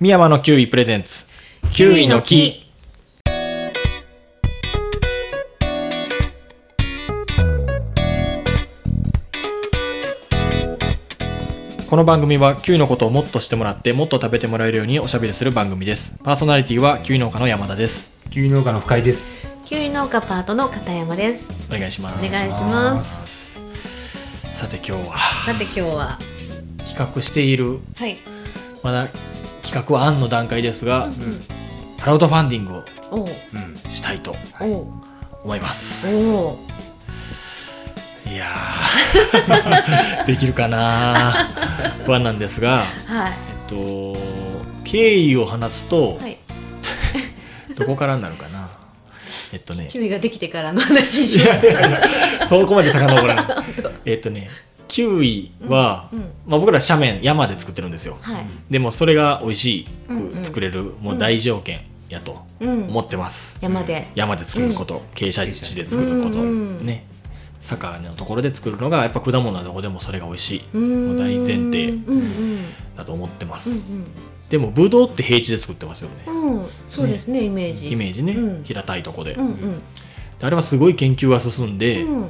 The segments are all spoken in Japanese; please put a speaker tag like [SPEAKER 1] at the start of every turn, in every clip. [SPEAKER 1] 深山のキウイプレゼンツキウイの木この番組はキウイのことをもっとしてもらってもっと食べてもらえるようにおしゃべりする番組ですパーソナリティはキウイ農家の山田です
[SPEAKER 2] キウイ農家の深井です。
[SPEAKER 3] キウイ農家パートの片山です。
[SPEAKER 1] お願いしま
[SPEAKER 3] お
[SPEAKER 1] す
[SPEAKER 3] 願いします。
[SPEAKER 1] さて今日は
[SPEAKER 3] さて今日は、
[SPEAKER 1] 企画している
[SPEAKER 3] はい。
[SPEAKER 1] まだ企画は案の段階ですが、クラウドファンディングを
[SPEAKER 3] おう
[SPEAKER 2] うん。
[SPEAKER 1] したいと
[SPEAKER 3] おう
[SPEAKER 1] 思います
[SPEAKER 3] おお
[SPEAKER 1] いやー できるかな不安なんですが
[SPEAKER 3] は
[SPEAKER 1] えっと経緯を話すと、
[SPEAKER 3] いはい。
[SPEAKER 1] どこからになるかなえっとね
[SPEAKER 3] キウイができてからの話にします。
[SPEAKER 1] そこまで遡 らないえっとねキウイは、
[SPEAKER 3] うんうん
[SPEAKER 1] まあ、僕ら斜面山で作ってるんですよ
[SPEAKER 3] はい。
[SPEAKER 1] でもそれが美味し
[SPEAKER 3] うんう
[SPEAKER 1] く
[SPEAKER 3] ん
[SPEAKER 1] 作れる、もう大条件やと
[SPEAKER 3] うん
[SPEAKER 1] 思。ってます、
[SPEAKER 3] 山で。
[SPEAKER 1] 山で作ること、傾斜地で作ること、
[SPEAKER 3] うんうん
[SPEAKER 1] ね坂のところで作るのがやっぱ果物はどこでもそれが美味しい
[SPEAKER 3] うん
[SPEAKER 1] 大前提
[SPEAKER 3] うんうん
[SPEAKER 1] だと思ってま
[SPEAKER 3] う
[SPEAKER 1] す、
[SPEAKER 3] ん
[SPEAKER 1] でもブドウって平地で作ってますよね、
[SPEAKER 3] うん。うん。そうですねイメージ。
[SPEAKER 1] イメージね、
[SPEAKER 3] うん
[SPEAKER 1] 平たいとこで、
[SPEAKER 3] うんうん
[SPEAKER 1] であれはすごい研究が進んで、
[SPEAKER 3] うん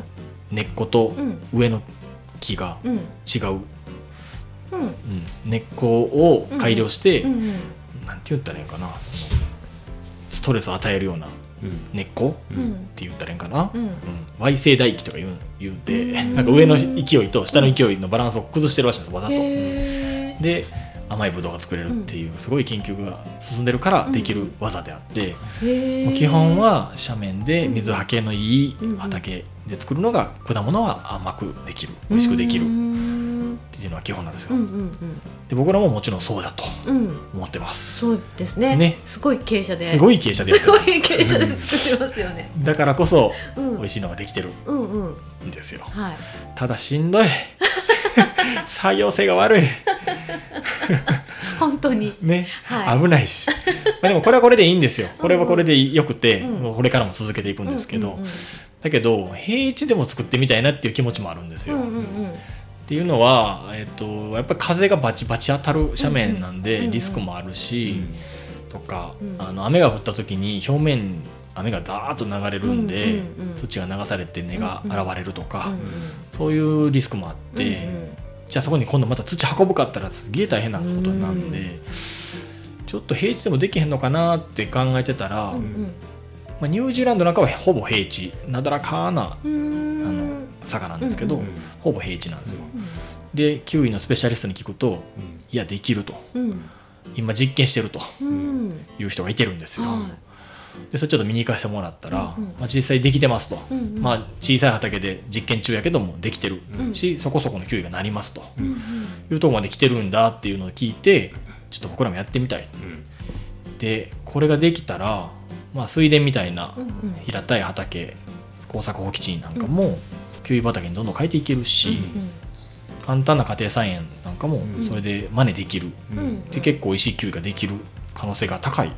[SPEAKER 1] 根っこと上の木が
[SPEAKER 3] うん
[SPEAKER 1] 違う、うん
[SPEAKER 3] うんうん
[SPEAKER 1] 根っこを改良して、
[SPEAKER 3] うん
[SPEAKER 1] なんて言ったらいいんかなそのストレスを与えるような
[SPEAKER 2] うん。
[SPEAKER 1] 根っこっ
[SPEAKER 3] うん
[SPEAKER 1] て言ったらいいんかな、
[SPEAKER 3] うん
[SPEAKER 1] うん、Y 性大気とか言う言うて、
[SPEAKER 3] うん
[SPEAKER 1] なんか上の勢いと下の勢いのバランスを崩してるらしいんですわざと。
[SPEAKER 3] へー
[SPEAKER 1] で甘いブドウが作れるっていうすごい研究が進んでるからできる技であって、
[SPEAKER 3] へ
[SPEAKER 1] もう
[SPEAKER 3] ー
[SPEAKER 1] 基本は斜面で水はけのいい
[SPEAKER 3] うん
[SPEAKER 1] 畑で作るのが果物は甘くできる美味しくできる
[SPEAKER 3] う
[SPEAKER 1] っ
[SPEAKER 3] ん
[SPEAKER 1] ていうのは基本なんです
[SPEAKER 3] う
[SPEAKER 1] よ。
[SPEAKER 3] んうん
[SPEAKER 1] で僕らももちろんそうだと
[SPEAKER 3] うんうん。
[SPEAKER 1] 思ってます。
[SPEAKER 3] そうですね。
[SPEAKER 1] ね
[SPEAKER 3] すごい傾斜で。
[SPEAKER 1] すごい傾斜です
[SPEAKER 3] すごい傾斜で作ってます よね。
[SPEAKER 1] だからこそ
[SPEAKER 3] うん。
[SPEAKER 1] 美味しいのができてる
[SPEAKER 3] うんうん。
[SPEAKER 1] んですよ。
[SPEAKER 3] はい。
[SPEAKER 1] ただし んどい採用性が悪い
[SPEAKER 3] 本当に。
[SPEAKER 1] ね、
[SPEAKER 3] はい
[SPEAKER 1] 危ないし、まあ、でもこれはこれでいいんですよこれはこれでよくて、
[SPEAKER 3] うん
[SPEAKER 1] もうこれからも続けていくんですけど、
[SPEAKER 3] うんうん
[SPEAKER 1] だけど平地でも作ってみたいなっていう気持ちもあるんです
[SPEAKER 3] う
[SPEAKER 1] よ。
[SPEAKER 3] んうんうんうん
[SPEAKER 1] っていうのは、えっと、やっぱり風がバチバチ当たる斜面なん
[SPEAKER 3] うん
[SPEAKER 1] で
[SPEAKER 3] うん
[SPEAKER 1] リスクもあるし、とか、
[SPEAKER 3] うん
[SPEAKER 1] あの雨が降った時に表面雨がダーッと流れるんで、
[SPEAKER 3] うんうんうん
[SPEAKER 1] 土が流されて根が現れるとか、
[SPEAKER 3] うんうん
[SPEAKER 1] そういうリスクもあって。
[SPEAKER 3] うん
[SPEAKER 1] じゃあそこに今度また土運ぶかったらすげえ大変なことになるんで、ちょっと平地でもできへんのかなって考えてたら、
[SPEAKER 3] うんうん
[SPEAKER 1] まあ、ニュージーランドなんかはほぼ平地なだらかな
[SPEAKER 3] う
[SPEAKER 1] あ
[SPEAKER 3] ん
[SPEAKER 1] の坂なんですけど、
[SPEAKER 2] うん
[SPEAKER 1] ほぼ平地なんですよ。でキウイのスペシャリストに聞くといやできると
[SPEAKER 3] うん
[SPEAKER 1] 今実験してると
[SPEAKER 3] うん
[SPEAKER 1] いう人がいてるんですよ。
[SPEAKER 3] は
[SPEAKER 1] でそれちょっと見に行かせてもらったら、
[SPEAKER 3] うんうん
[SPEAKER 1] まあ、実際できてますと、
[SPEAKER 3] いうんうん
[SPEAKER 1] まあ、小さい畑で実験中やけどもできてるし、そこそこのキウイがなりますと。
[SPEAKER 3] うんうん
[SPEAKER 1] いうとこまで来てるんだっていうのを聞いてちょっと僕らもやってみたい
[SPEAKER 2] うん
[SPEAKER 1] でこれができたら、まあ、水田みたいな
[SPEAKER 3] うんうん
[SPEAKER 1] 平たい畑耕作放棄地なんかもキウイ畑にどんどん変えていけるし、簡単な家庭菜園なんかも
[SPEAKER 2] うん
[SPEAKER 1] それで真似できる、
[SPEAKER 3] うんうんうん
[SPEAKER 1] で結構おいしいキウイができる可能性が高い
[SPEAKER 3] うん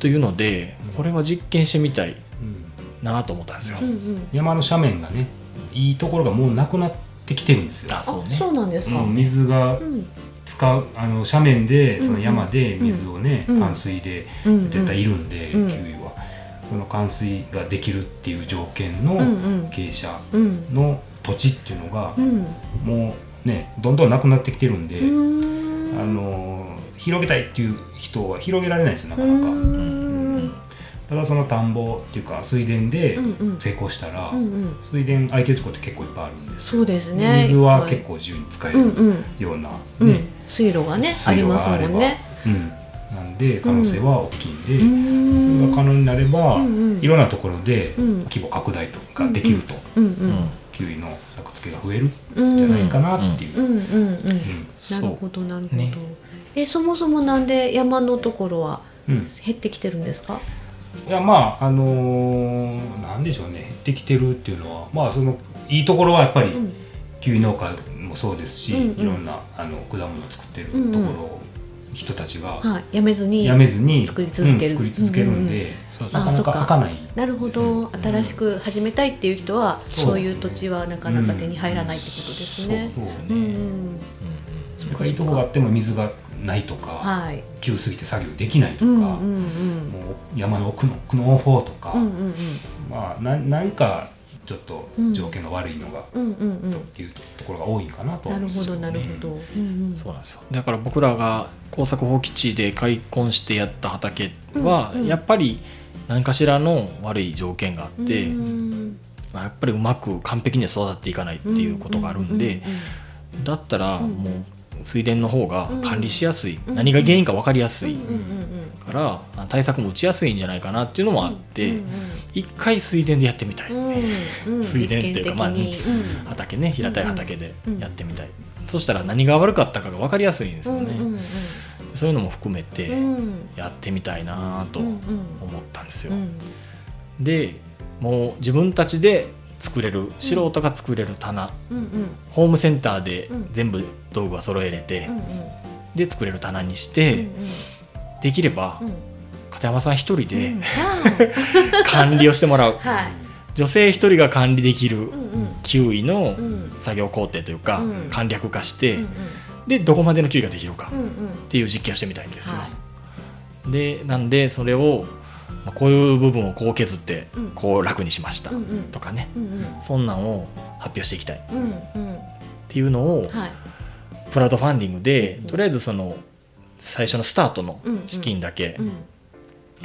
[SPEAKER 1] というのでこれは実験してみたい
[SPEAKER 2] うん
[SPEAKER 1] なと思ったんですよ。
[SPEAKER 3] うんうん
[SPEAKER 2] 山の斜面がね、いいところがもうなくなってきてるんですよ。
[SPEAKER 1] あそう
[SPEAKER 3] あ
[SPEAKER 1] ね
[SPEAKER 3] そうなんですか
[SPEAKER 2] もう水が
[SPEAKER 3] うん
[SPEAKER 2] 使うあの斜面でその山で
[SPEAKER 3] うんうん
[SPEAKER 2] 水をね、
[SPEAKER 3] うん
[SPEAKER 2] 淡水で
[SPEAKER 3] うんうん
[SPEAKER 2] 絶対いるんで、
[SPEAKER 3] うん
[SPEAKER 2] キウイはその冠水ができるっていう条件の
[SPEAKER 3] うんうん
[SPEAKER 2] 傾斜
[SPEAKER 3] うん
[SPEAKER 2] の土地っていうのが
[SPEAKER 3] うん
[SPEAKER 2] もうねどんどんなくなってきてるんで、
[SPEAKER 3] うん
[SPEAKER 2] あの広げたいっていう人は広げられないんですよなか
[SPEAKER 3] う
[SPEAKER 2] なか、
[SPEAKER 3] ん
[SPEAKER 2] ただその田んぼっていうか水田で
[SPEAKER 3] うんうん
[SPEAKER 2] 成功したら、
[SPEAKER 3] うんうん
[SPEAKER 2] 水田空いてるところって結構いっぱいあるんです
[SPEAKER 3] そうですね
[SPEAKER 2] 水は
[SPEAKER 3] 構
[SPEAKER 2] 結構自由に使え
[SPEAKER 3] うん
[SPEAKER 2] る
[SPEAKER 3] うん
[SPEAKER 2] ような、
[SPEAKER 3] う
[SPEAKER 2] ね
[SPEAKER 3] ん、水路がねあ
[SPEAKER 2] 水
[SPEAKER 3] り
[SPEAKER 2] 路
[SPEAKER 3] ます
[SPEAKER 2] があれば
[SPEAKER 3] もんね。
[SPEAKER 2] うんなんで可能性は大きいんで、
[SPEAKER 3] うー
[SPEAKER 2] そ
[SPEAKER 3] ん
[SPEAKER 2] れが可能になれば、
[SPEAKER 3] うんうん
[SPEAKER 2] いろんなところで
[SPEAKER 3] うん
[SPEAKER 2] 規模拡大とかできると、
[SPEAKER 3] うん
[SPEAKER 1] う
[SPEAKER 3] うんん
[SPEAKER 2] キウイの作付けが増えるん
[SPEAKER 3] うん
[SPEAKER 2] じ
[SPEAKER 3] う
[SPEAKER 2] ゃ
[SPEAKER 3] ん
[SPEAKER 2] ないかなっていう、
[SPEAKER 3] うんうん
[SPEAKER 1] そ
[SPEAKER 3] な
[SPEAKER 1] う
[SPEAKER 3] るほどなるほど
[SPEAKER 1] ね。
[SPEAKER 3] えそもそもなんで山のところは
[SPEAKER 2] うん
[SPEAKER 3] 減ってきてるんですか？
[SPEAKER 2] いやまああのーなんでしょうね減ってきてるっていうのはまあそのいいところはやっぱり、
[SPEAKER 3] うん
[SPEAKER 2] キウイ農家もそうですし、
[SPEAKER 3] うんうん
[SPEAKER 2] いろんなあの果物を作ってるところ、
[SPEAKER 3] うんうん
[SPEAKER 2] 人たちが
[SPEAKER 3] はいやめずに
[SPEAKER 2] やめずに
[SPEAKER 3] 作り続ける
[SPEAKER 2] うん作り続けるんで、
[SPEAKER 1] そう
[SPEAKER 3] あ
[SPEAKER 2] なかな
[SPEAKER 3] そ
[SPEAKER 2] か
[SPEAKER 3] っか
[SPEAKER 2] 開かない
[SPEAKER 3] なるほど
[SPEAKER 2] うん
[SPEAKER 3] 新しく始めたいっていう人は
[SPEAKER 2] そ
[SPEAKER 3] そうう
[SPEAKER 2] ですね
[SPEAKER 3] いう土地はなかなか手に入らないってことですね。
[SPEAKER 2] そうそう
[SPEAKER 3] うんうん
[SPEAKER 1] うん
[SPEAKER 3] そっかそ
[SPEAKER 2] だか
[SPEAKER 3] っ
[SPEAKER 2] ら
[SPEAKER 3] か
[SPEAKER 2] いいとこがあっても水がないとか、
[SPEAKER 3] はい。
[SPEAKER 2] 急すぎて作業できないとか、
[SPEAKER 3] うんうん
[SPEAKER 2] も
[SPEAKER 3] うん。
[SPEAKER 2] う山の奥の奥の方とか、
[SPEAKER 3] うんうん
[SPEAKER 2] まあななんかちょっと条件の悪いのが、
[SPEAKER 3] うん。うんうんうん。
[SPEAKER 2] っていうところが多いんかなとは
[SPEAKER 3] な
[SPEAKER 2] 思う
[SPEAKER 3] る
[SPEAKER 2] んで
[SPEAKER 3] ほどな
[SPEAKER 2] すけね
[SPEAKER 3] るほど。うんうん。
[SPEAKER 1] そうなんですよだから僕らが耕作放棄地で開墾してやった畑は、
[SPEAKER 3] うんうん
[SPEAKER 1] やっぱり何かしらの悪い条件があって、
[SPEAKER 3] うん
[SPEAKER 1] まあ、やっぱりうまく完璧には育っていかないっていうことがあるんで、だったら
[SPEAKER 3] うん
[SPEAKER 1] もう水田の方が管理しやすい、
[SPEAKER 3] うん
[SPEAKER 1] 何が原因か分かりやす
[SPEAKER 3] うん
[SPEAKER 1] い
[SPEAKER 3] うんうんうん
[SPEAKER 1] から、あ対策も打ちやすいんじゃないかなっていうのもあって、
[SPEAKER 3] うん
[SPEAKER 1] 一回水田でやってみたい、
[SPEAKER 3] うんうん、
[SPEAKER 1] 水田っていうかまあ
[SPEAKER 3] 実験的に
[SPEAKER 1] 畑ね平たい畑で
[SPEAKER 3] うん
[SPEAKER 1] やってみたい、そしたら何が悪かったかが分かりやすいんです
[SPEAKER 3] うん
[SPEAKER 1] よね、
[SPEAKER 3] うん
[SPEAKER 1] そういうのも含めて、
[SPEAKER 3] うんうん
[SPEAKER 1] やってみたいなと
[SPEAKER 3] うん
[SPEAKER 1] 思ったんですよ。
[SPEAKER 3] うん
[SPEAKER 1] でもう自分たちで作れる素人が作れる棚、
[SPEAKER 3] うんうん
[SPEAKER 1] ホームセンターで
[SPEAKER 3] うん
[SPEAKER 1] 全部道具は揃えれて、
[SPEAKER 3] うんうん
[SPEAKER 1] で作れる棚にし
[SPEAKER 3] うん
[SPEAKER 1] て、
[SPEAKER 3] う
[SPEAKER 1] できれば
[SPEAKER 3] んうん
[SPEAKER 1] 片山さん一人で、
[SPEAKER 3] うんはい
[SPEAKER 1] 管理をしてもらう
[SPEAKER 3] はい
[SPEAKER 1] 女性一人が管理できる
[SPEAKER 3] うんうん
[SPEAKER 1] キウイの
[SPEAKER 3] うんうん
[SPEAKER 1] 作業工程というか、
[SPEAKER 3] うん
[SPEAKER 1] 簡略化して、
[SPEAKER 3] うん
[SPEAKER 1] でどこまでのキウイができるか
[SPEAKER 3] う
[SPEAKER 1] っ
[SPEAKER 3] んうん
[SPEAKER 1] ていう実験をしてみたいんですよ。
[SPEAKER 3] はい
[SPEAKER 1] でなんでそれをまあこういう部分をこう削って
[SPEAKER 3] うん
[SPEAKER 1] こう楽にしました
[SPEAKER 3] うんうん
[SPEAKER 1] とかね
[SPEAKER 3] うんうん
[SPEAKER 1] そんなんを発表していきたいっ
[SPEAKER 3] うんうん
[SPEAKER 1] ていうのを
[SPEAKER 3] はい
[SPEAKER 1] クラウドファンディングで
[SPEAKER 3] うん
[SPEAKER 1] とりあえずその最初のスタートの資金だけ
[SPEAKER 3] うん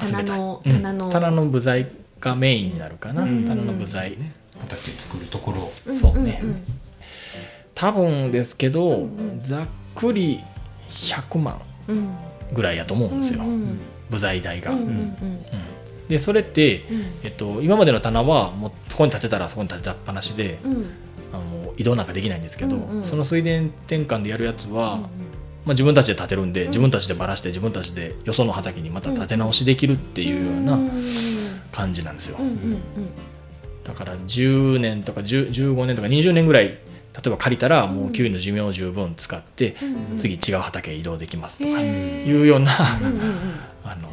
[SPEAKER 1] 集めた
[SPEAKER 3] 棚
[SPEAKER 1] い、
[SPEAKER 3] の
[SPEAKER 1] うん
[SPEAKER 3] 棚の
[SPEAKER 1] 棚の部材がメインになるかな、
[SPEAKER 2] うん
[SPEAKER 1] 棚の部材、
[SPEAKER 2] 畑作るところ
[SPEAKER 1] そうね
[SPEAKER 3] んんん
[SPEAKER 1] 多分ですけど、
[SPEAKER 3] うんうん
[SPEAKER 1] ざっくり100万
[SPEAKER 3] うん
[SPEAKER 1] ぐらいやと思うんですよ、
[SPEAKER 3] うんうん
[SPEAKER 1] 部材代が、
[SPEAKER 3] うん
[SPEAKER 1] う
[SPEAKER 3] うんんうん
[SPEAKER 1] でそれって、
[SPEAKER 3] うん
[SPEAKER 1] えっと、今までの棚はもうそこに建てたらそこに建てたっぱなしで、
[SPEAKER 3] うん
[SPEAKER 1] あの移動なんかできないんですけど、
[SPEAKER 3] うんうん
[SPEAKER 1] その水田転換でやるやつは、
[SPEAKER 3] うん
[SPEAKER 1] まあ、自分たちで建てるんで、
[SPEAKER 3] うん
[SPEAKER 1] 自分たちでばらして自分たちでよその畑にまた建て直しできるっていうような
[SPEAKER 3] うん
[SPEAKER 1] 感じなんですよ、
[SPEAKER 3] うんうん
[SPEAKER 1] だから10年とか10 15年とか20年ぐらい例えば借りたらもうキウイの寿命十分使って、
[SPEAKER 3] うんうん
[SPEAKER 1] 次違う畑へ移動できますとか
[SPEAKER 3] へ
[SPEAKER 1] い
[SPEAKER 3] ー
[SPEAKER 1] うような、
[SPEAKER 3] うんうんうん
[SPEAKER 1] あの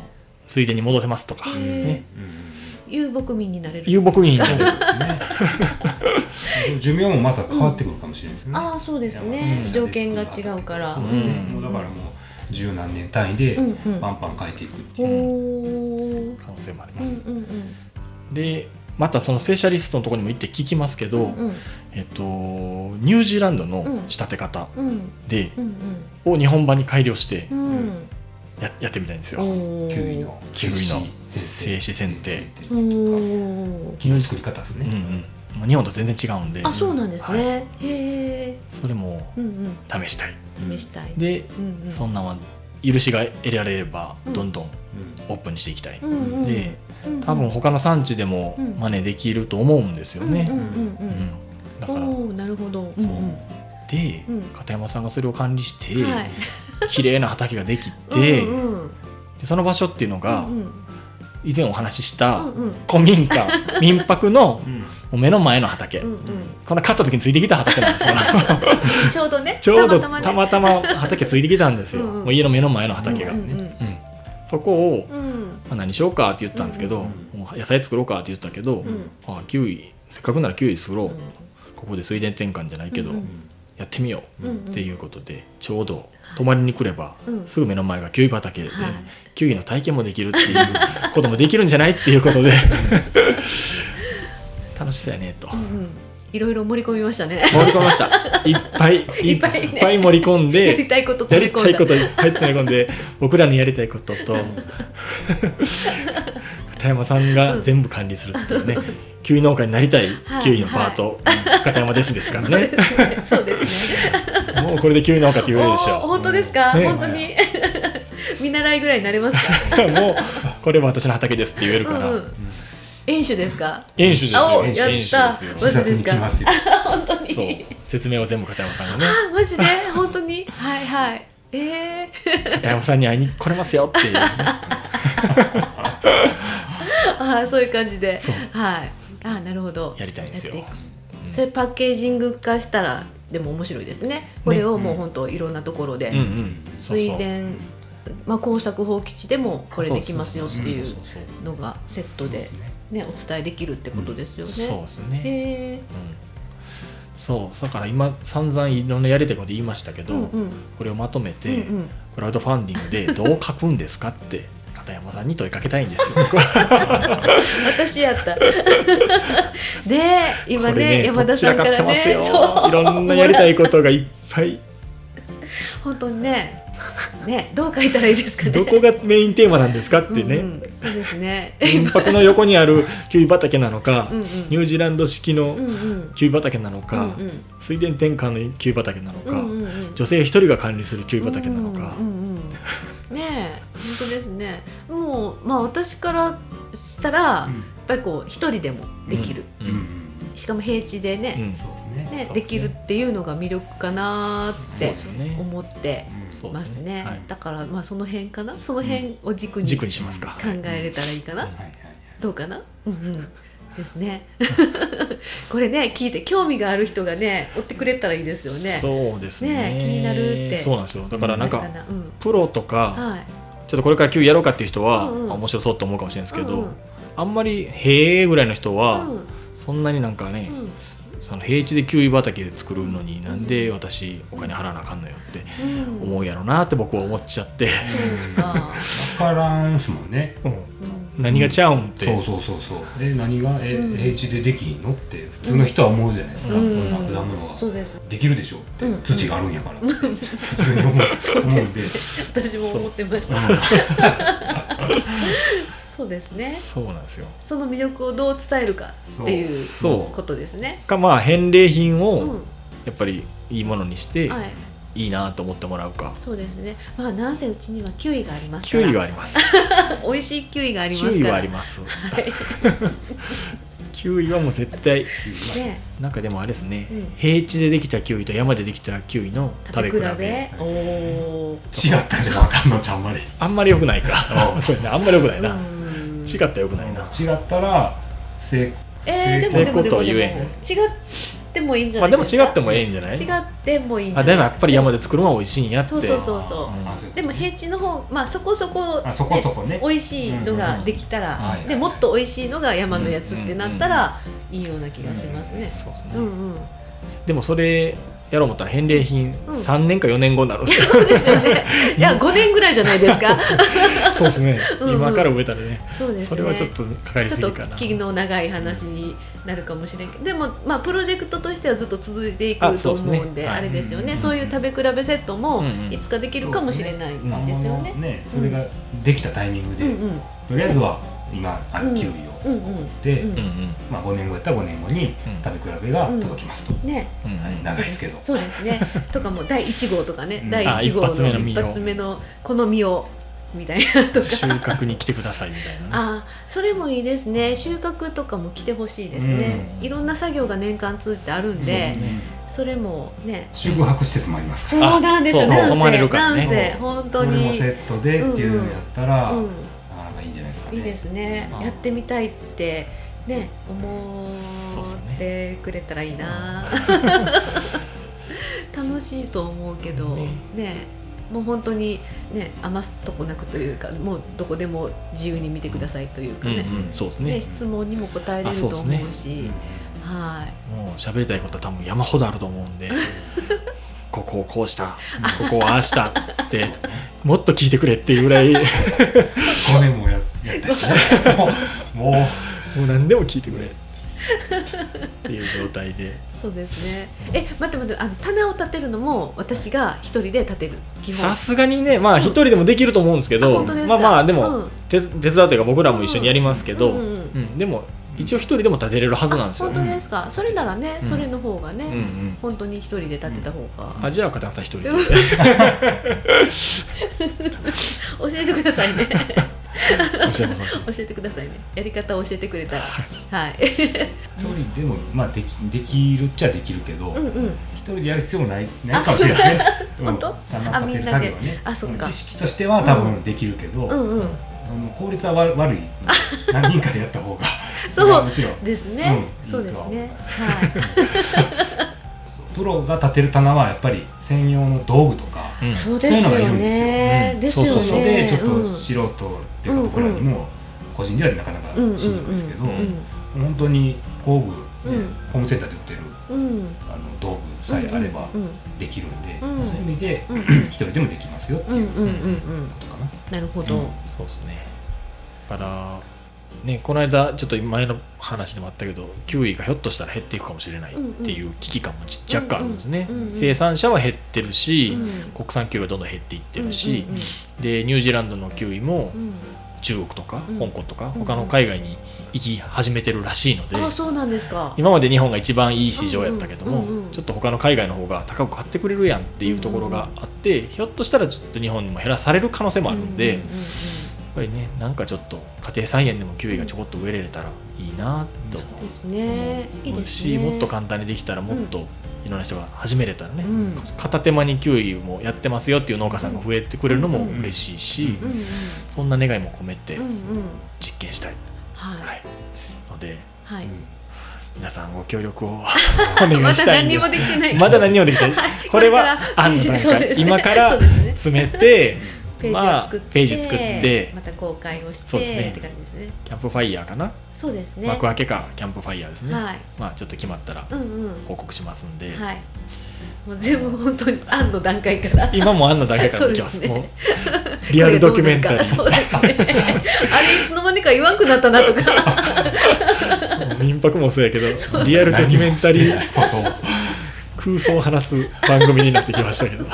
[SPEAKER 1] 水田に戻せますとか、
[SPEAKER 3] へー
[SPEAKER 1] ね、
[SPEAKER 3] 遊牧民になれる
[SPEAKER 1] 遊牧民 になる
[SPEAKER 2] ね寿命もまた変わってくるかもしれないですね。
[SPEAKER 3] ああそうです
[SPEAKER 1] う
[SPEAKER 3] ね
[SPEAKER 1] ん
[SPEAKER 3] 条件が違うから
[SPEAKER 2] そううんもうだからもう十何年単位で
[SPEAKER 3] うんうん
[SPEAKER 2] パンパン変えていくって
[SPEAKER 3] ほ
[SPEAKER 2] いうう。
[SPEAKER 1] 可能性もあり
[SPEAKER 3] う
[SPEAKER 1] ま
[SPEAKER 3] ん
[SPEAKER 1] す。
[SPEAKER 3] うん
[SPEAKER 1] でまたそのスペシャリストのところにも行って聞きますけど、
[SPEAKER 3] うん
[SPEAKER 1] えっと、ニュージーランドの仕立て方
[SPEAKER 3] うんうん
[SPEAKER 1] で、
[SPEAKER 3] うん
[SPEAKER 1] を日本版に改良して
[SPEAKER 3] うんうん
[SPEAKER 1] ややってみたいんですよ。
[SPEAKER 3] おー
[SPEAKER 2] キウイの
[SPEAKER 1] キウイの
[SPEAKER 2] 精
[SPEAKER 1] 精子
[SPEAKER 2] 子
[SPEAKER 1] 剪定
[SPEAKER 2] 精子
[SPEAKER 3] お
[SPEAKER 2] 剪定
[SPEAKER 3] ー
[SPEAKER 2] 木の作り方です
[SPEAKER 1] うんう
[SPEAKER 2] ね。
[SPEAKER 1] んまあ日本と全然違うんで
[SPEAKER 3] あそうなんです
[SPEAKER 1] はい
[SPEAKER 3] ねへえ
[SPEAKER 1] それも
[SPEAKER 3] うん
[SPEAKER 1] 試したい。
[SPEAKER 3] うん試したい
[SPEAKER 1] で、
[SPEAKER 3] うんうん
[SPEAKER 1] そんなんは許しが得られれば
[SPEAKER 3] うん
[SPEAKER 1] どんどん
[SPEAKER 2] うん
[SPEAKER 1] オープンにしていきたい。
[SPEAKER 3] うんうん
[SPEAKER 1] で
[SPEAKER 3] うんうん
[SPEAKER 1] 多分他の産地でも
[SPEAKER 3] うん
[SPEAKER 1] 真似できると思うんですよね。
[SPEAKER 3] うんうんう
[SPEAKER 1] うん
[SPEAKER 3] うん
[SPEAKER 1] んだから
[SPEAKER 3] おおなるほど
[SPEAKER 1] そうん
[SPEAKER 3] ん
[SPEAKER 1] で
[SPEAKER 3] うん
[SPEAKER 1] 片山さんがそれを管理して
[SPEAKER 3] はい
[SPEAKER 1] 綺麗な畑ができて
[SPEAKER 3] うんうん
[SPEAKER 1] でその場所っていうのが
[SPEAKER 3] うん
[SPEAKER 1] 以前お話しした
[SPEAKER 3] うんうん
[SPEAKER 1] 古民 家民泊の
[SPEAKER 2] うん
[SPEAKER 1] もう目の前の畑、
[SPEAKER 3] うんうん
[SPEAKER 1] この買った時についてきた畑 なんですよ
[SPEAKER 3] ちょうどね
[SPEAKER 1] ちょうどた
[SPEAKER 3] たま
[SPEAKER 1] ま
[SPEAKER 3] た
[SPEAKER 1] た
[SPEAKER 3] ま
[SPEAKER 1] ま
[SPEAKER 3] ね
[SPEAKER 1] 畑ついてきたんですよ
[SPEAKER 3] うんうん
[SPEAKER 1] もう家の目の前の畑が、
[SPEAKER 3] う
[SPEAKER 1] うんん
[SPEAKER 3] うんうん
[SPEAKER 1] そこを、
[SPEAKER 3] うんうん
[SPEAKER 1] まあ、何しようかって言ったんですけど、
[SPEAKER 2] うん
[SPEAKER 1] もう野菜作ろうかって言ったけど、
[SPEAKER 3] ん
[SPEAKER 1] あキウイせっかくならキウイ作ろう、
[SPEAKER 3] うん
[SPEAKER 1] ここで水田転換じゃないけど、
[SPEAKER 3] うん
[SPEAKER 1] やってみよう
[SPEAKER 3] うんうん
[SPEAKER 1] っていうことでちょうど泊まりに来れば、
[SPEAKER 3] うん
[SPEAKER 1] すぐ目の前がキウイ畑で、
[SPEAKER 3] はい
[SPEAKER 1] キウイの体験もできるっていう こともできるんじゃないっていうことで 楽しそうやねと
[SPEAKER 3] うんうんいろいろ盛り込みましたね
[SPEAKER 1] 盛り込みましたいっぱい
[SPEAKER 3] いっぱいね
[SPEAKER 1] っぱい盛り込ん
[SPEAKER 3] やり
[SPEAKER 1] で
[SPEAKER 3] たいこと
[SPEAKER 1] やり
[SPEAKER 3] 詰め込ん
[SPEAKER 1] た
[SPEAKER 3] だ
[SPEAKER 1] いこといっぱい詰め込んで僕らのやりたいこと と片山さんが全部管理するっていうね、キウイ農家になりたい
[SPEAKER 3] はい
[SPEAKER 1] キウイのパート、片山ですですから
[SPEAKER 3] そうで
[SPEAKER 1] ね
[SPEAKER 3] すねそうですね
[SPEAKER 1] もうこれでキウイ農家って言えるでし
[SPEAKER 3] おー
[SPEAKER 1] ょ
[SPEAKER 3] 本当ですか、
[SPEAKER 1] ね
[SPEAKER 3] 本当に 見習いぐらいになれますか
[SPEAKER 1] もうこれは私の畑ですって言えるから、
[SPEAKER 3] うんうん演習ですか
[SPEAKER 1] 演習です
[SPEAKER 3] あ
[SPEAKER 1] よ
[SPEAKER 3] お
[SPEAKER 1] 演習
[SPEAKER 3] やった
[SPEAKER 1] 演習ですよ
[SPEAKER 3] マジ
[SPEAKER 2] 視察に来ますよ。
[SPEAKER 3] 本当
[SPEAKER 1] そう
[SPEAKER 3] に
[SPEAKER 1] 説明を全部片山さんがね
[SPEAKER 3] あマジで本当 にはいはいえ
[SPEAKER 1] 片山さんに会いに来れますよっていうね、
[SPEAKER 3] ー、 あーそういう感じで
[SPEAKER 1] そう
[SPEAKER 3] はいあーなるほど
[SPEAKER 1] やりたいんですよ
[SPEAKER 3] やっていくそれパッケージング化したらでも面白いですねこれをもう本当いろんなところで、
[SPEAKER 1] うんうんそう
[SPEAKER 3] 水
[SPEAKER 1] そう
[SPEAKER 3] 田まあ、工作放棄地でもこれできますよってい
[SPEAKER 1] そううそうそう
[SPEAKER 3] のがセットで、ね、お伝えできるってことですよね。
[SPEAKER 1] そうですね、
[SPEAKER 3] へえ
[SPEAKER 1] うんそうだから今散々いろんなやりたいこと言いましたけど、
[SPEAKER 3] うんうん
[SPEAKER 1] これをまとめて、
[SPEAKER 3] うんうん
[SPEAKER 1] クラウドファンディングでどう書くんですかって片山さんに問いかけたいんですよ。
[SPEAKER 3] 私 やった。で、 今
[SPEAKER 1] これ
[SPEAKER 3] ね、山田さんか
[SPEAKER 1] とっち
[SPEAKER 3] ら
[SPEAKER 1] らかって
[SPEAKER 3] ね、
[SPEAKER 1] ます
[SPEAKER 3] そ
[SPEAKER 1] よ。
[SPEAKER 3] う
[SPEAKER 1] いろんなやりたいことがいっぱ い。
[SPEAKER 3] 本当にね、ね、どう書いたらいいですかね。
[SPEAKER 1] どこがメインテーマなんですかってね。
[SPEAKER 3] うんうんそうですね。
[SPEAKER 1] 民泊の横にあるキウイ畑なのか、
[SPEAKER 3] うんうん
[SPEAKER 1] ニュージーランド式の
[SPEAKER 3] うんうん。
[SPEAKER 1] キウイ畑なのか、
[SPEAKER 3] うんうん
[SPEAKER 1] 水田転換のキウイ畑なのか、
[SPEAKER 3] うんうんうん
[SPEAKER 1] 女性一人が管理するキウイ畑なのか、
[SPEAKER 3] うんうんうんねえ本当ですねもうまあ私からしたらやっぱりこう一人でもできる、
[SPEAKER 1] うん
[SPEAKER 2] うんうん
[SPEAKER 3] しかも平地で
[SPEAKER 1] うん
[SPEAKER 3] ね,、
[SPEAKER 2] そうで
[SPEAKER 3] ね
[SPEAKER 2] すね
[SPEAKER 1] そうですね
[SPEAKER 3] できるっていうのが魅力かな
[SPEAKER 1] そうで
[SPEAKER 3] ーっ
[SPEAKER 1] す
[SPEAKER 3] て
[SPEAKER 1] よね。
[SPEAKER 3] 思って
[SPEAKER 2] うん
[SPEAKER 1] そうで
[SPEAKER 3] ますす
[SPEAKER 1] ね
[SPEAKER 3] ね、
[SPEAKER 1] はい
[SPEAKER 3] だからまあその辺かなその辺を軸に
[SPEAKER 1] 軸
[SPEAKER 3] 考
[SPEAKER 1] にしますか。
[SPEAKER 3] えれたらいいかな、
[SPEAKER 1] うん
[SPEAKER 2] はいはいはい
[SPEAKER 3] どうかなうんうんですね これね聞いて興味がある人がね追ってくれたらいいですよね
[SPEAKER 1] そうですね
[SPEAKER 3] ねえ気になるって
[SPEAKER 1] そうなんですよ。だからなんか、
[SPEAKER 3] うん
[SPEAKER 1] プロとか、
[SPEAKER 3] はい
[SPEAKER 1] ちょっとこれからキウイやろうかっていう人は、
[SPEAKER 3] うんうん
[SPEAKER 1] あ面白そうと思うかもしれないですけど、
[SPEAKER 3] うんうん
[SPEAKER 1] あんまりへえぐらいの人は、
[SPEAKER 3] うん
[SPEAKER 1] そんなになんかね、
[SPEAKER 3] うん
[SPEAKER 1] その平地でキウイ畑で作るのになんで私お金払わなあかんのよって
[SPEAKER 3] うん
[SPEAKER 1] 思うやろなって僕は思っちゃって、
[SPEAKER 3] そうか、
[SPEAKER 2] わからんすもんね
[SPEAKER 1] うん
[SPEAKER 3] うん
[SPEAKER 1] 何がちゃうんって、
[SPEAKER 2] そうそうそうそうえ何がえ、
[SPEAKER 3] うん
[SPEAKER 2] 平地でできんのって普通の人は思うじゃないですか、そんな果物
[SPEAKER 3] そ
[SPEAKER 2] は
[SPEAKER 3] うです
[SPEAKER 2] できるでしょって、
[SPEAKER 3] うん
[SPEAKER 2] 土があるんやからって普通に思う思うんで
[SPEAKER 3] 私も思ってましたそうですね
[SPEAKER 1] そうなんですよ
[SPEAKER 3] その魅力をどう伝えるかっていう
[SPEAKER 1] そう
[SPEAKER 3] ことですね
[SPEAKER 1] かまあ返礼品
[SPEAKER 3] う
[SPEAKER 1] を
[SPEAKER 3] ん
[SPEAKER 1] やっぱりいいものにして
[SPEAKER 3] はい
[SPEAKER 1] いいなと思ってもらうか、
[SPEAKER 3] そうですねまあなんせうちにはキウイがあります
[SPEAKER 1] キ
[SPEAKER 3] か
[SPEAKER 1] ウ
[SPEAKER 3] ら
[SPEAKER 1] イがあります
[SPEAKER 3] 美味しいキウイがあり
[SPEAKER 1] キ
[SPEAKER 3] ま
[SPEAKER 1] ウ
[SPEAKER 3] す
[SPEAKER 1] イ
[SPEAKER 3] から
[SPEAKER 1] はあります
[SPEAKER 3] はい
[SPEAKER 1] キウイはもう絶対
[SPEAKER 3] ね
[SPEAKER 1] なんかでもあれですね、
[SPEAKER 3] うん
[SPEAKER 1] 平地でできたキウイと山でできたキウイの食べ比べ
[SPEAKER 3] おお
[SPEAKER 2] 違ったらわかんのちゃんまり
[SPEAKER 1] あんまり良くない
[SPEAKER 2] う
[SPEAKER 1] か
[SPEAKER 2] ん
[SPEAKER 1] そうやなあんまり良くないな、
[SPEAKER 3] うん
[SPEAKER 1] 違ったら良くないな、
[SPEAKER 2] 違ったらせ
[SPEAKER 3] えー、で
[SPEAKER 1] 成
[SPEAKER 3] もで
[SPEAKER 1] 功
[SPEAKER 3] もで
[SPEAKER 1] と
[SPEAKER 3] も
[SPEAKER 1] は
[SPEAKER 3] で
[SPEAKER 1] 言
[SPEAKER 3] も
[SPEAKER 1] えん
[SPEAKER 3] 違ってもいいんじゃ
[SPEAKER 1] まあ
[SPEAKER 3] ない
[SPEAKER 1] でも
[SPEAKER 3] です
[SPEAKER 1] 違
[SPEAKER 3] か、
[SPEAKER 1] ってもええんじゃない
[SPEAKER 3] 違ってもいいんじ
[SPEAKER 1] あ
[SPEAKER 3] ゃ
[SPEAKER 1] で
[SPEAKER 3] ない
[SPEAKER 1] もやっぱり山で作るのは美味しいんやって
[SPEAKER 3] そうそうそうそ
[SPEAKER 1] う
[SPEAKER 3] う
[SPEAKER 1] ん
[SPEAKER 2] あそう
[SPEAKER 3] でも平地の方まあそこそこ
[SPEAKER 2] あそこそこね
[SPEAKER 3] 美味しいのができた
[SPEAKER 2] うんうんうん
[SPEAKER 3] ら
[SPEAKER 2] は、いはい
[SPEAKER 3] でもっと美味しいのが山のやつってなったらいいような気がしますね。
[SPEAKER 1] そうですね、
[SPEAKER 3] うんうん。
[SPEAKER 1] でもそれやろう思ったら返礼品
[SPEAKER 3] うん
[SPEAKER 1] 3年か4年後になる、
[SPEAKER 3] そうですよね。いや五年ぐらいじゃないですか。
[SPEAKER 1] そうですね
[SPEAKER 3] うんうん
[SPEAKER 1] 今から植えたらね
[SPEAKER 3] そうです
[SPEAKER 1] そ
[SPEAKER 3] ね。
[SPEAKER 1] れはちょっとかかりす
[SPEAKER 3] ちょ
[SPEAKER 1] ぎ
[SPEAKER 3] っ
[SPEAKER 1] か
[SPEAKER 3] と
[SPEAKER 1] な
[SPEAKER 3] 気の長い話になるかもしれんけどでも、まあ、プロジェクトとしてはずっと続いていく
[SPEAKER 1] あ
[SPEAKER 3] と
[SPEAKER 1] そうですね
[SPEAKER 3] 思うんで
[SPEAKER 1] は
[SPEAKER 3] あ
[SPEAKER 1] い
[SPEAKER 3] れですよ
[SPEAKER 2] うんうんう
[SPEAKER 3] ね
[SPEAKER 2] ん
[SPEAKER 3] そういう食べ比べセットも
[SPEAKER 1] うんうん
[SPEAKER 3] いつかできるかもしれない
[SPEAKER 1] うん
[SPEAKER 3] ですよね。
[SPEAKER 2] ねそれができたタイミング
[SPEAKER 3] う
[SPEAKER 2] で、
[SPEAKER 3] んうん
[SPEAKER 2] とりあえずは今あ
[SPEAKER 3] う
[SPEAKER 2] の
[SPEAKER 3] ん
[SPEAKER 2] キウイを
[SPEAKER 3] うんうん
[SPEAKER 2] で、
[SPEAKER 3] うん
[SPEAKER 1] うん
[SPEAKER 2] まあ、5年後やったら5年後に食べ比べが届きますと、
[SPEAKER 3] ね
[SPEAKER 1] うんうんうん
[SPEAKER 2] 長いですけど、
[SPEAKER 3] そうですね。とかもう第一号とかね、
[SPEAKER 2] うん
[SPEAKER 3] 第一号
[SPEAKER 1] あ一発目の
[SPEAKER 3] の
[SPEAKER 1] 実を
[SPEAKER 3] 一発目のこの実をみたいなとか。
[SPEAKER 1] 収穫に来てくださいみたいなね
[SPEAKER 3] あーそれもいいですね収穫とかも来てほしいですね、
[SPEAKER 1] うん
[SPEAKER 3] いろんな作業が年間通じてあるんでそ
[SPEAKER 1] そうですね
[SPEAKER 3] れもね
[SPEAKER 2] 宿泊施設もあります
[SPEAKER 3] そ
[SPEAKER 2] か
[SPEAKER 3] う
[SPEAKER 2] ら
[SPEAKER 1] あ
[SPEAKER 3] なんですよ
[SPEAKER 1] そう
[SPEAKER 3] なん
[SPEAKER 1] 泊まれる
[SPEAKER 3] せ
[SPEAKER 1] から
[SPEAKER 3] な
[SPEAKER 1] ね
[SPEAKER 3] んせ本当
[SPEAKER 2] それも
[SPEAKER 3] に
[SPEAKER 2] セットでっていうのやったら、
[SPEAKER 3] うん
[SPEAKER 2] なかなかいいんじゃないですかね
[SPEAKER 3] いいですね
[SPEAKER 1] あー
[SPEAKER 3] やってみたいってね思
[SPEAKER 1] そうっす
[SPEAKER 3] っ
[SPEAKER 1] ね
[SPEAKER 3] てくれたらいいな、楽しいと思うけど
[SPEAKER 1] ね
[SPEAKER 3] ねもう本当にね余すとこなくというかもうどこでも自由に見てくださいというか
[SPEAKER 1] うん
[SPEAKER 3] ね、
[SPEAKER 1] うんそうです
[SPEAKER 3] ね
[SPEAKER 1] ね
[SPEAKER 3] 質問にも答えれ
[SPEAKER 1] あ
[SPEAKER 3] る
[SPEAKER 1] そ
[SPEAKER 3] と
[SPEAKER 1] うですね
[SPEAKER 3] 思うしはい
[SPEAKER 1] もう喋りたいことは多分山ほどあると思うんでここをこうしたここをああしたってもっと聞いてくれっていうぐら いも
[SPEAKER 2] 5年もややったしねもうもう
[SPEAKER 1] う何でも聞いてくれっていう状態で
[SPEAKER 3] そうですねえ待って待ってあの棚を立てるのも私が一人で立てる基本
[SPEAKER 1] さすがにねまあ一人でもできると思うんですけ
[SPEAKER 3] あ
[SPEAKER 1] ど、
[SPEAKER 3] 本当です
[SPEAKER 1] ま
[SPEAKER 3] か
[SPEAKER 1] あまあで
[SPEAKER 3] う
[SPEAKER 1] も、
[SPEAKER 3] ん
[SPEAKER 1] 手手伝うというか僕らも一緒にやりますけど、
[SPEAKER 3] う
[SPEAKER 1] う
[SPEAKER 3] んうん
[SPEAKER 1] ん
[SPEAKER 3] うん
[SPEAKER 1] でも一応一人でも立てれるはずなんですよ、
[SPEAKER 3] 本当ですかそれならね、
[SPEAKER 1] うん
[SPEAKER 3] それの方がね、
[SPEAKER 1] うんうん、
[SPEAKER 3] 本当に一人で立てた方が、
[SPEAKER 1] あじゃあ片方一人で、
[SPEAKER 3] うん教えてくださ いね
[SPEAKER 1] 教えます教えます
[SPEAKER 3] 教えてくださいねやり方を教えてく れたらはい
[SPEAKER 2] 一人でもまあできできるっちゃできるけど、
[SPEAKER 3] うんうん
[SPEAKER 2] 一人でやる必要もないないかもしれないね
[SPEAKER 3] 本当
[SPEAKER 2] うん棚立てる作業はね
[SPEAKER 3] あみんなであそっか
[SPEAKER 2] 知識としては多分できるけど、
[SPEAKER 3] うんうん
[SPEAKER 2] あの効率はわ悪い何人かでやった方が
[SPEAKER 3] そう
[SPEAKER 2] いやもちろん
[SPEAKER 3] ですね、
[SPEAKER 2] うん
[SPEAKER 3] そうです
[SPEAKER 2] いい
[SPEAKER 3] ね
[SPEAKER 2] とは
[SPEAKER 3] はい
[SPEAKER 2] プロが立てる棚はやっぱり専用の道具とか、
[SPEAKER 1] うん
[SPEAKER 3] そう
[SPEAKER 2] そ
[SPEAKER 3] で
[SPEAKER 2] ういう
[SPEAKER 3] す
[SPEAKER 2] のがい
[SPEAKER 3] よ
[SPEAKER 2] るんですよ
[SPEAKER 3] ね
[SPEAKER 2] うん
[SPEAKER 3] ですよね
[SPEAKER 1] そうそうそう
[SPEAKER 2] でちょっ
[SPEAKER 3] う
[SPEAKER 2] と
[SPEAKER 3] ん
[SPEAKER 2] 素人っていうか
[SPEAKER 3] うん
[SPEAKER 2] 僕らにも個人ではなかなかしんどいですけど、
[SPEAKER 1] うんうん
[SPEAKER 2] 本当に工具、
[SPEAKER 3] うん
[SPEAKER 2] ホームセンターで売ってる
[SPEAKER 3] うんうん
[SPEAKER 2] あの道具さえあれば
[SPEAKER 3] うんうん
[SPEAKER 2] できるんで、
[SPEAKER 3] うん
[SPEAKER 2] そういう意味で、
[SPEAKER 3] うん
[SPEAKER 2] 一人でもできますよって
[SPEAKER 3] うんう
[SPEAKER 2] い
[SPEAKER 3] ん
[SPEAKER 2] う
[SPEAKER 3] うんう
[SPEAKER 2] こ
[SPEAKER 3] ん
[SPEAKER 2] とかな。
[SPEAKER 3] なるほど、
[SPEAKER 2] うん
[SPEAKER 1] そうですねだからねこの間ちょっと前の話でもあったけどキウイがひょっとしたら減っていくかもしれないっていう危機感もち若干あるんですね、
[SPEAKER 3] うんうんうんうん
[SPEAKER 1] 生産者は減ってるし、
[SPEAKER 3] うん
[SPEAKER 1] 国産キウイはどんどん減っていってる
[SPEAKER 3] し
[SPEAKER 1] し、でニュージーランドのキウイも
[SPEAKER 3] うん
[SPEAKER 1] 中国とか
[SPEAKER 3] うん
[SPEAKER 1] 香港とか
[SPEAKER 3] うん
[SPEAKER 1] 他の海外に行き始めてるらしいので、
[SPEAKER 3] あそうなんですか
[SPEAKER 1] 今まで日本が一番いい市場やったけども、
[SPEAKER 3] うんうんうんうん
[SPEAKER 1] ちょっと他の海外の方が高く買ってくれるやんっていうところがあって、ひょっとしたらちょっと日本にも減らされる可能性もあるんで、
[SPEAKER 3] うう
[SPEAKER 1] やっ
[SPEAKER 3] う
[SPEAKER 1] ぱりねなんかちょっと家庭菜園でもキウイがちょこっと植えれれたらいいなと思
[SPEAKER 3] うんですねいいで
[SPEAKER 1] う
[SPEAKER 3] す
[SPEAKER 1] し、
[SPEAKER 3] ね
[SPEAKER 1] もっと簡単にできたらもっといろんな人が始めれたらね、
[SPEAKER 3] うん
[SPEAKER 1] 片手間にキウイもやってますよっていう農家さんが増えてくれるのも嬉しいし、
[SPEAKER 2] うん
[SPEAKER 3] うんうん
[SPEAKER 1] そんな願いも込めて
[SPEAKER 3] うんうん
[SPEAKER 1] 実験したい、
[SPEAKER 3] は
[SPEAKER 1] はいい、ので
[SPEAKER 3] は
[SPEAKER 2] う
[SPEAKER 3] い
[SPEAKER 2] ん
[SPEAKER 1] 皆さんご協 力をお願いしたいんです
[SPEAKER 3] まだ何もできてない
[SPEAKER 1] まだ何もできてないこれはあの段
[SPEAKER 3] そうで
[SPEAKER 1] 階
[SPEAKER 3] すね
[SPEAKER 1] 今か
[SPEAKER 3] そ
[SPEAKER 1] ら
[SPEAKER 3] うですね
[SPEAKER 1] 詰めて
[SPEAKER 3] ページ
[SPEAKER 1] ま
[SPEAKER 3] を
[SPEAKER 1] あ
[SPEAKER 3] 作って、
[SPEAKER 1] ページ作って
[SPEAKER 3] また公開をして
[SPEAKER 1] そうですね
[SPEAKER 3] って感じですね
[SPEAKER 1] キャンプファイヤーかな、
[SPEAKER 3] そうですね
[SPEAKER 1] 幕開けかキャンプファイヤーですね、
[SPEAKER 3] はい
[SPEAKER 1] まあちょっと決まったら
[SPEAKER 3] うんうん
[SPEAKER 1] 報告しますんで、
[SPEAKER 3] はいもう全部本当に案の段階から
[SPEAKER 1] 今もあんな段階からできます
[SPEAKER 3] そうですね
[SPEAKER 1] も うリアルドキュメンタリ
[SPEAKER 3] こ
[SPEAKER 1] ー
[SPEAKER 3] れがどうな るかそうですねあれいつの間にか弱くなったなとか
[SPEAKER 1] もう民泊もそうやけどリアルドキュメンタリ
[SPEAKER 2] 何も
[SPEAKER 1] ー
[SPEAKER 2] してないことを
[SPEAKER 1] 空想を話す番組になってきましたけど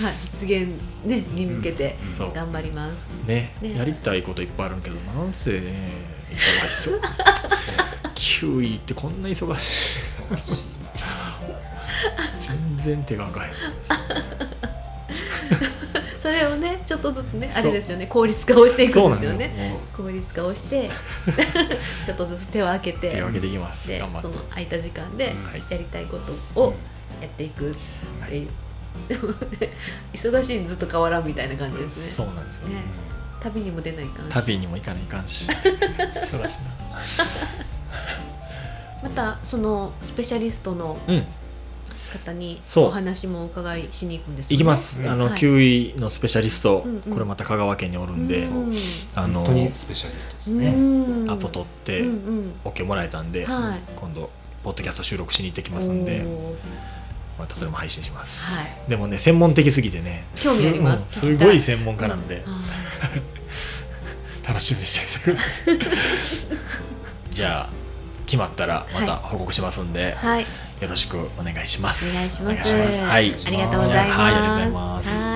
[SPEAKER 3] まあ実現ねに向けて
[SPEAKER 1] うんそう
[SPEAKER 3] 頑張ります
[SPEAKER 1] ね
[SPEAKER 3] ね
[SPEAKER 1] やりたいこといっぱいあるけどなんせ ね忙しそう9位ってこんな忙しい
[SPEAKER 2] 忙しい
[SPEAKER 1] 全然手がかへんです
[SPEAKER 3] それをねちょっとずつね
[SPEAKER 1] そう
[SPEAKER 3] あれですよね効率化をしていくんですよね
[SPEAKER 1] もう
[SPEAKER 3] 効率化をして ちょっとずつ手を開けて
[SPEAKER 1] 手を挙げていきます
[SPEAKER 3] で
[SPEAKER 1] 頑張って
[SPEAKER 3] その空いた時間で
[SPEAKER 1] はい
[SPEAKER 3] やりたいこと
[SPEAKER 2] な
[SPEAKER 3] を
[SPEAKER 2] うん
[SPEAKER 3] やっていくっていう、
[SPEAKER 1] は
[SPEAKER 3] でもね忙しいのずっと変わらんみたいな感じです
[SPEAKER 1] そ
[SPEAKER 3] ね
[SPEAKER 1] うなんですよね
[SPEAKER 3] ね旅にも出ない感じ
[SPEAKER 1] 旅にも行かないかんし忙しいな
[SPEAKER 3] またそのスペシャリストの
[SPEAKER 1] うん
[SPEAKER 3] 方に
[SPEAKER 1] そう
[SPEAKER 3] お話もお伺いしに行くんですよね
[SPEAKER 1] 行きます、
[SPEAKER 2] うん
[SPEAKER 1] あの、
[SPEAKER 3] はい
[SPEAKER 1] 9位のスペシャリスト、
[SPEAKER 3] うんうん
[SPEAKER 1] これまた香川県におるんで、
[SPEAKER 3] うん
[SPEAKER 1] あの
[SPEAKER 2] 本当にスペシャリストです
[SPEAKER 3] う
[SPEAKER 2] ね。
[SPEAKER 3] ん
[SPEAKER 1] アポ取って
[SPEAKER 3] うんうん、
[SPEAKER 1] OK もらえたんで、
[SPEAKER 3] はい
[SPEAKER 1] 今度ポッドキャスト収録しに行ってきますんで
[SPEAKER 3] おー
[SPEAKER 1] またそれも配信します、
[SPEAKER 3] は
[SPEAKER 1] でもね専門的すぎてね
[SPEAKER 3] 興味あります
[SPEAKER 1] す,、うん
[SPEAKER 3] 聞
[SPEAKER 1] す
[SPEAKER 3] きたい
[SPEAKER 1] ごい専門家なんで、
[SPEAKER 3] あ
[SPEAKER 1] 楽しみにしていてください じゃあ決まったらまた報告しますんで、
[SPEAKER 3] ーはい
[SPEAKER 1] よろしくお願いします
[SPEAKER 3] お願いします
[SPEAKER 1] お願いしますはい
[SPEAKER 3] ありがとうございます
[SPEAKER 1] はいありがとうございます
[SPEAKER 3] はい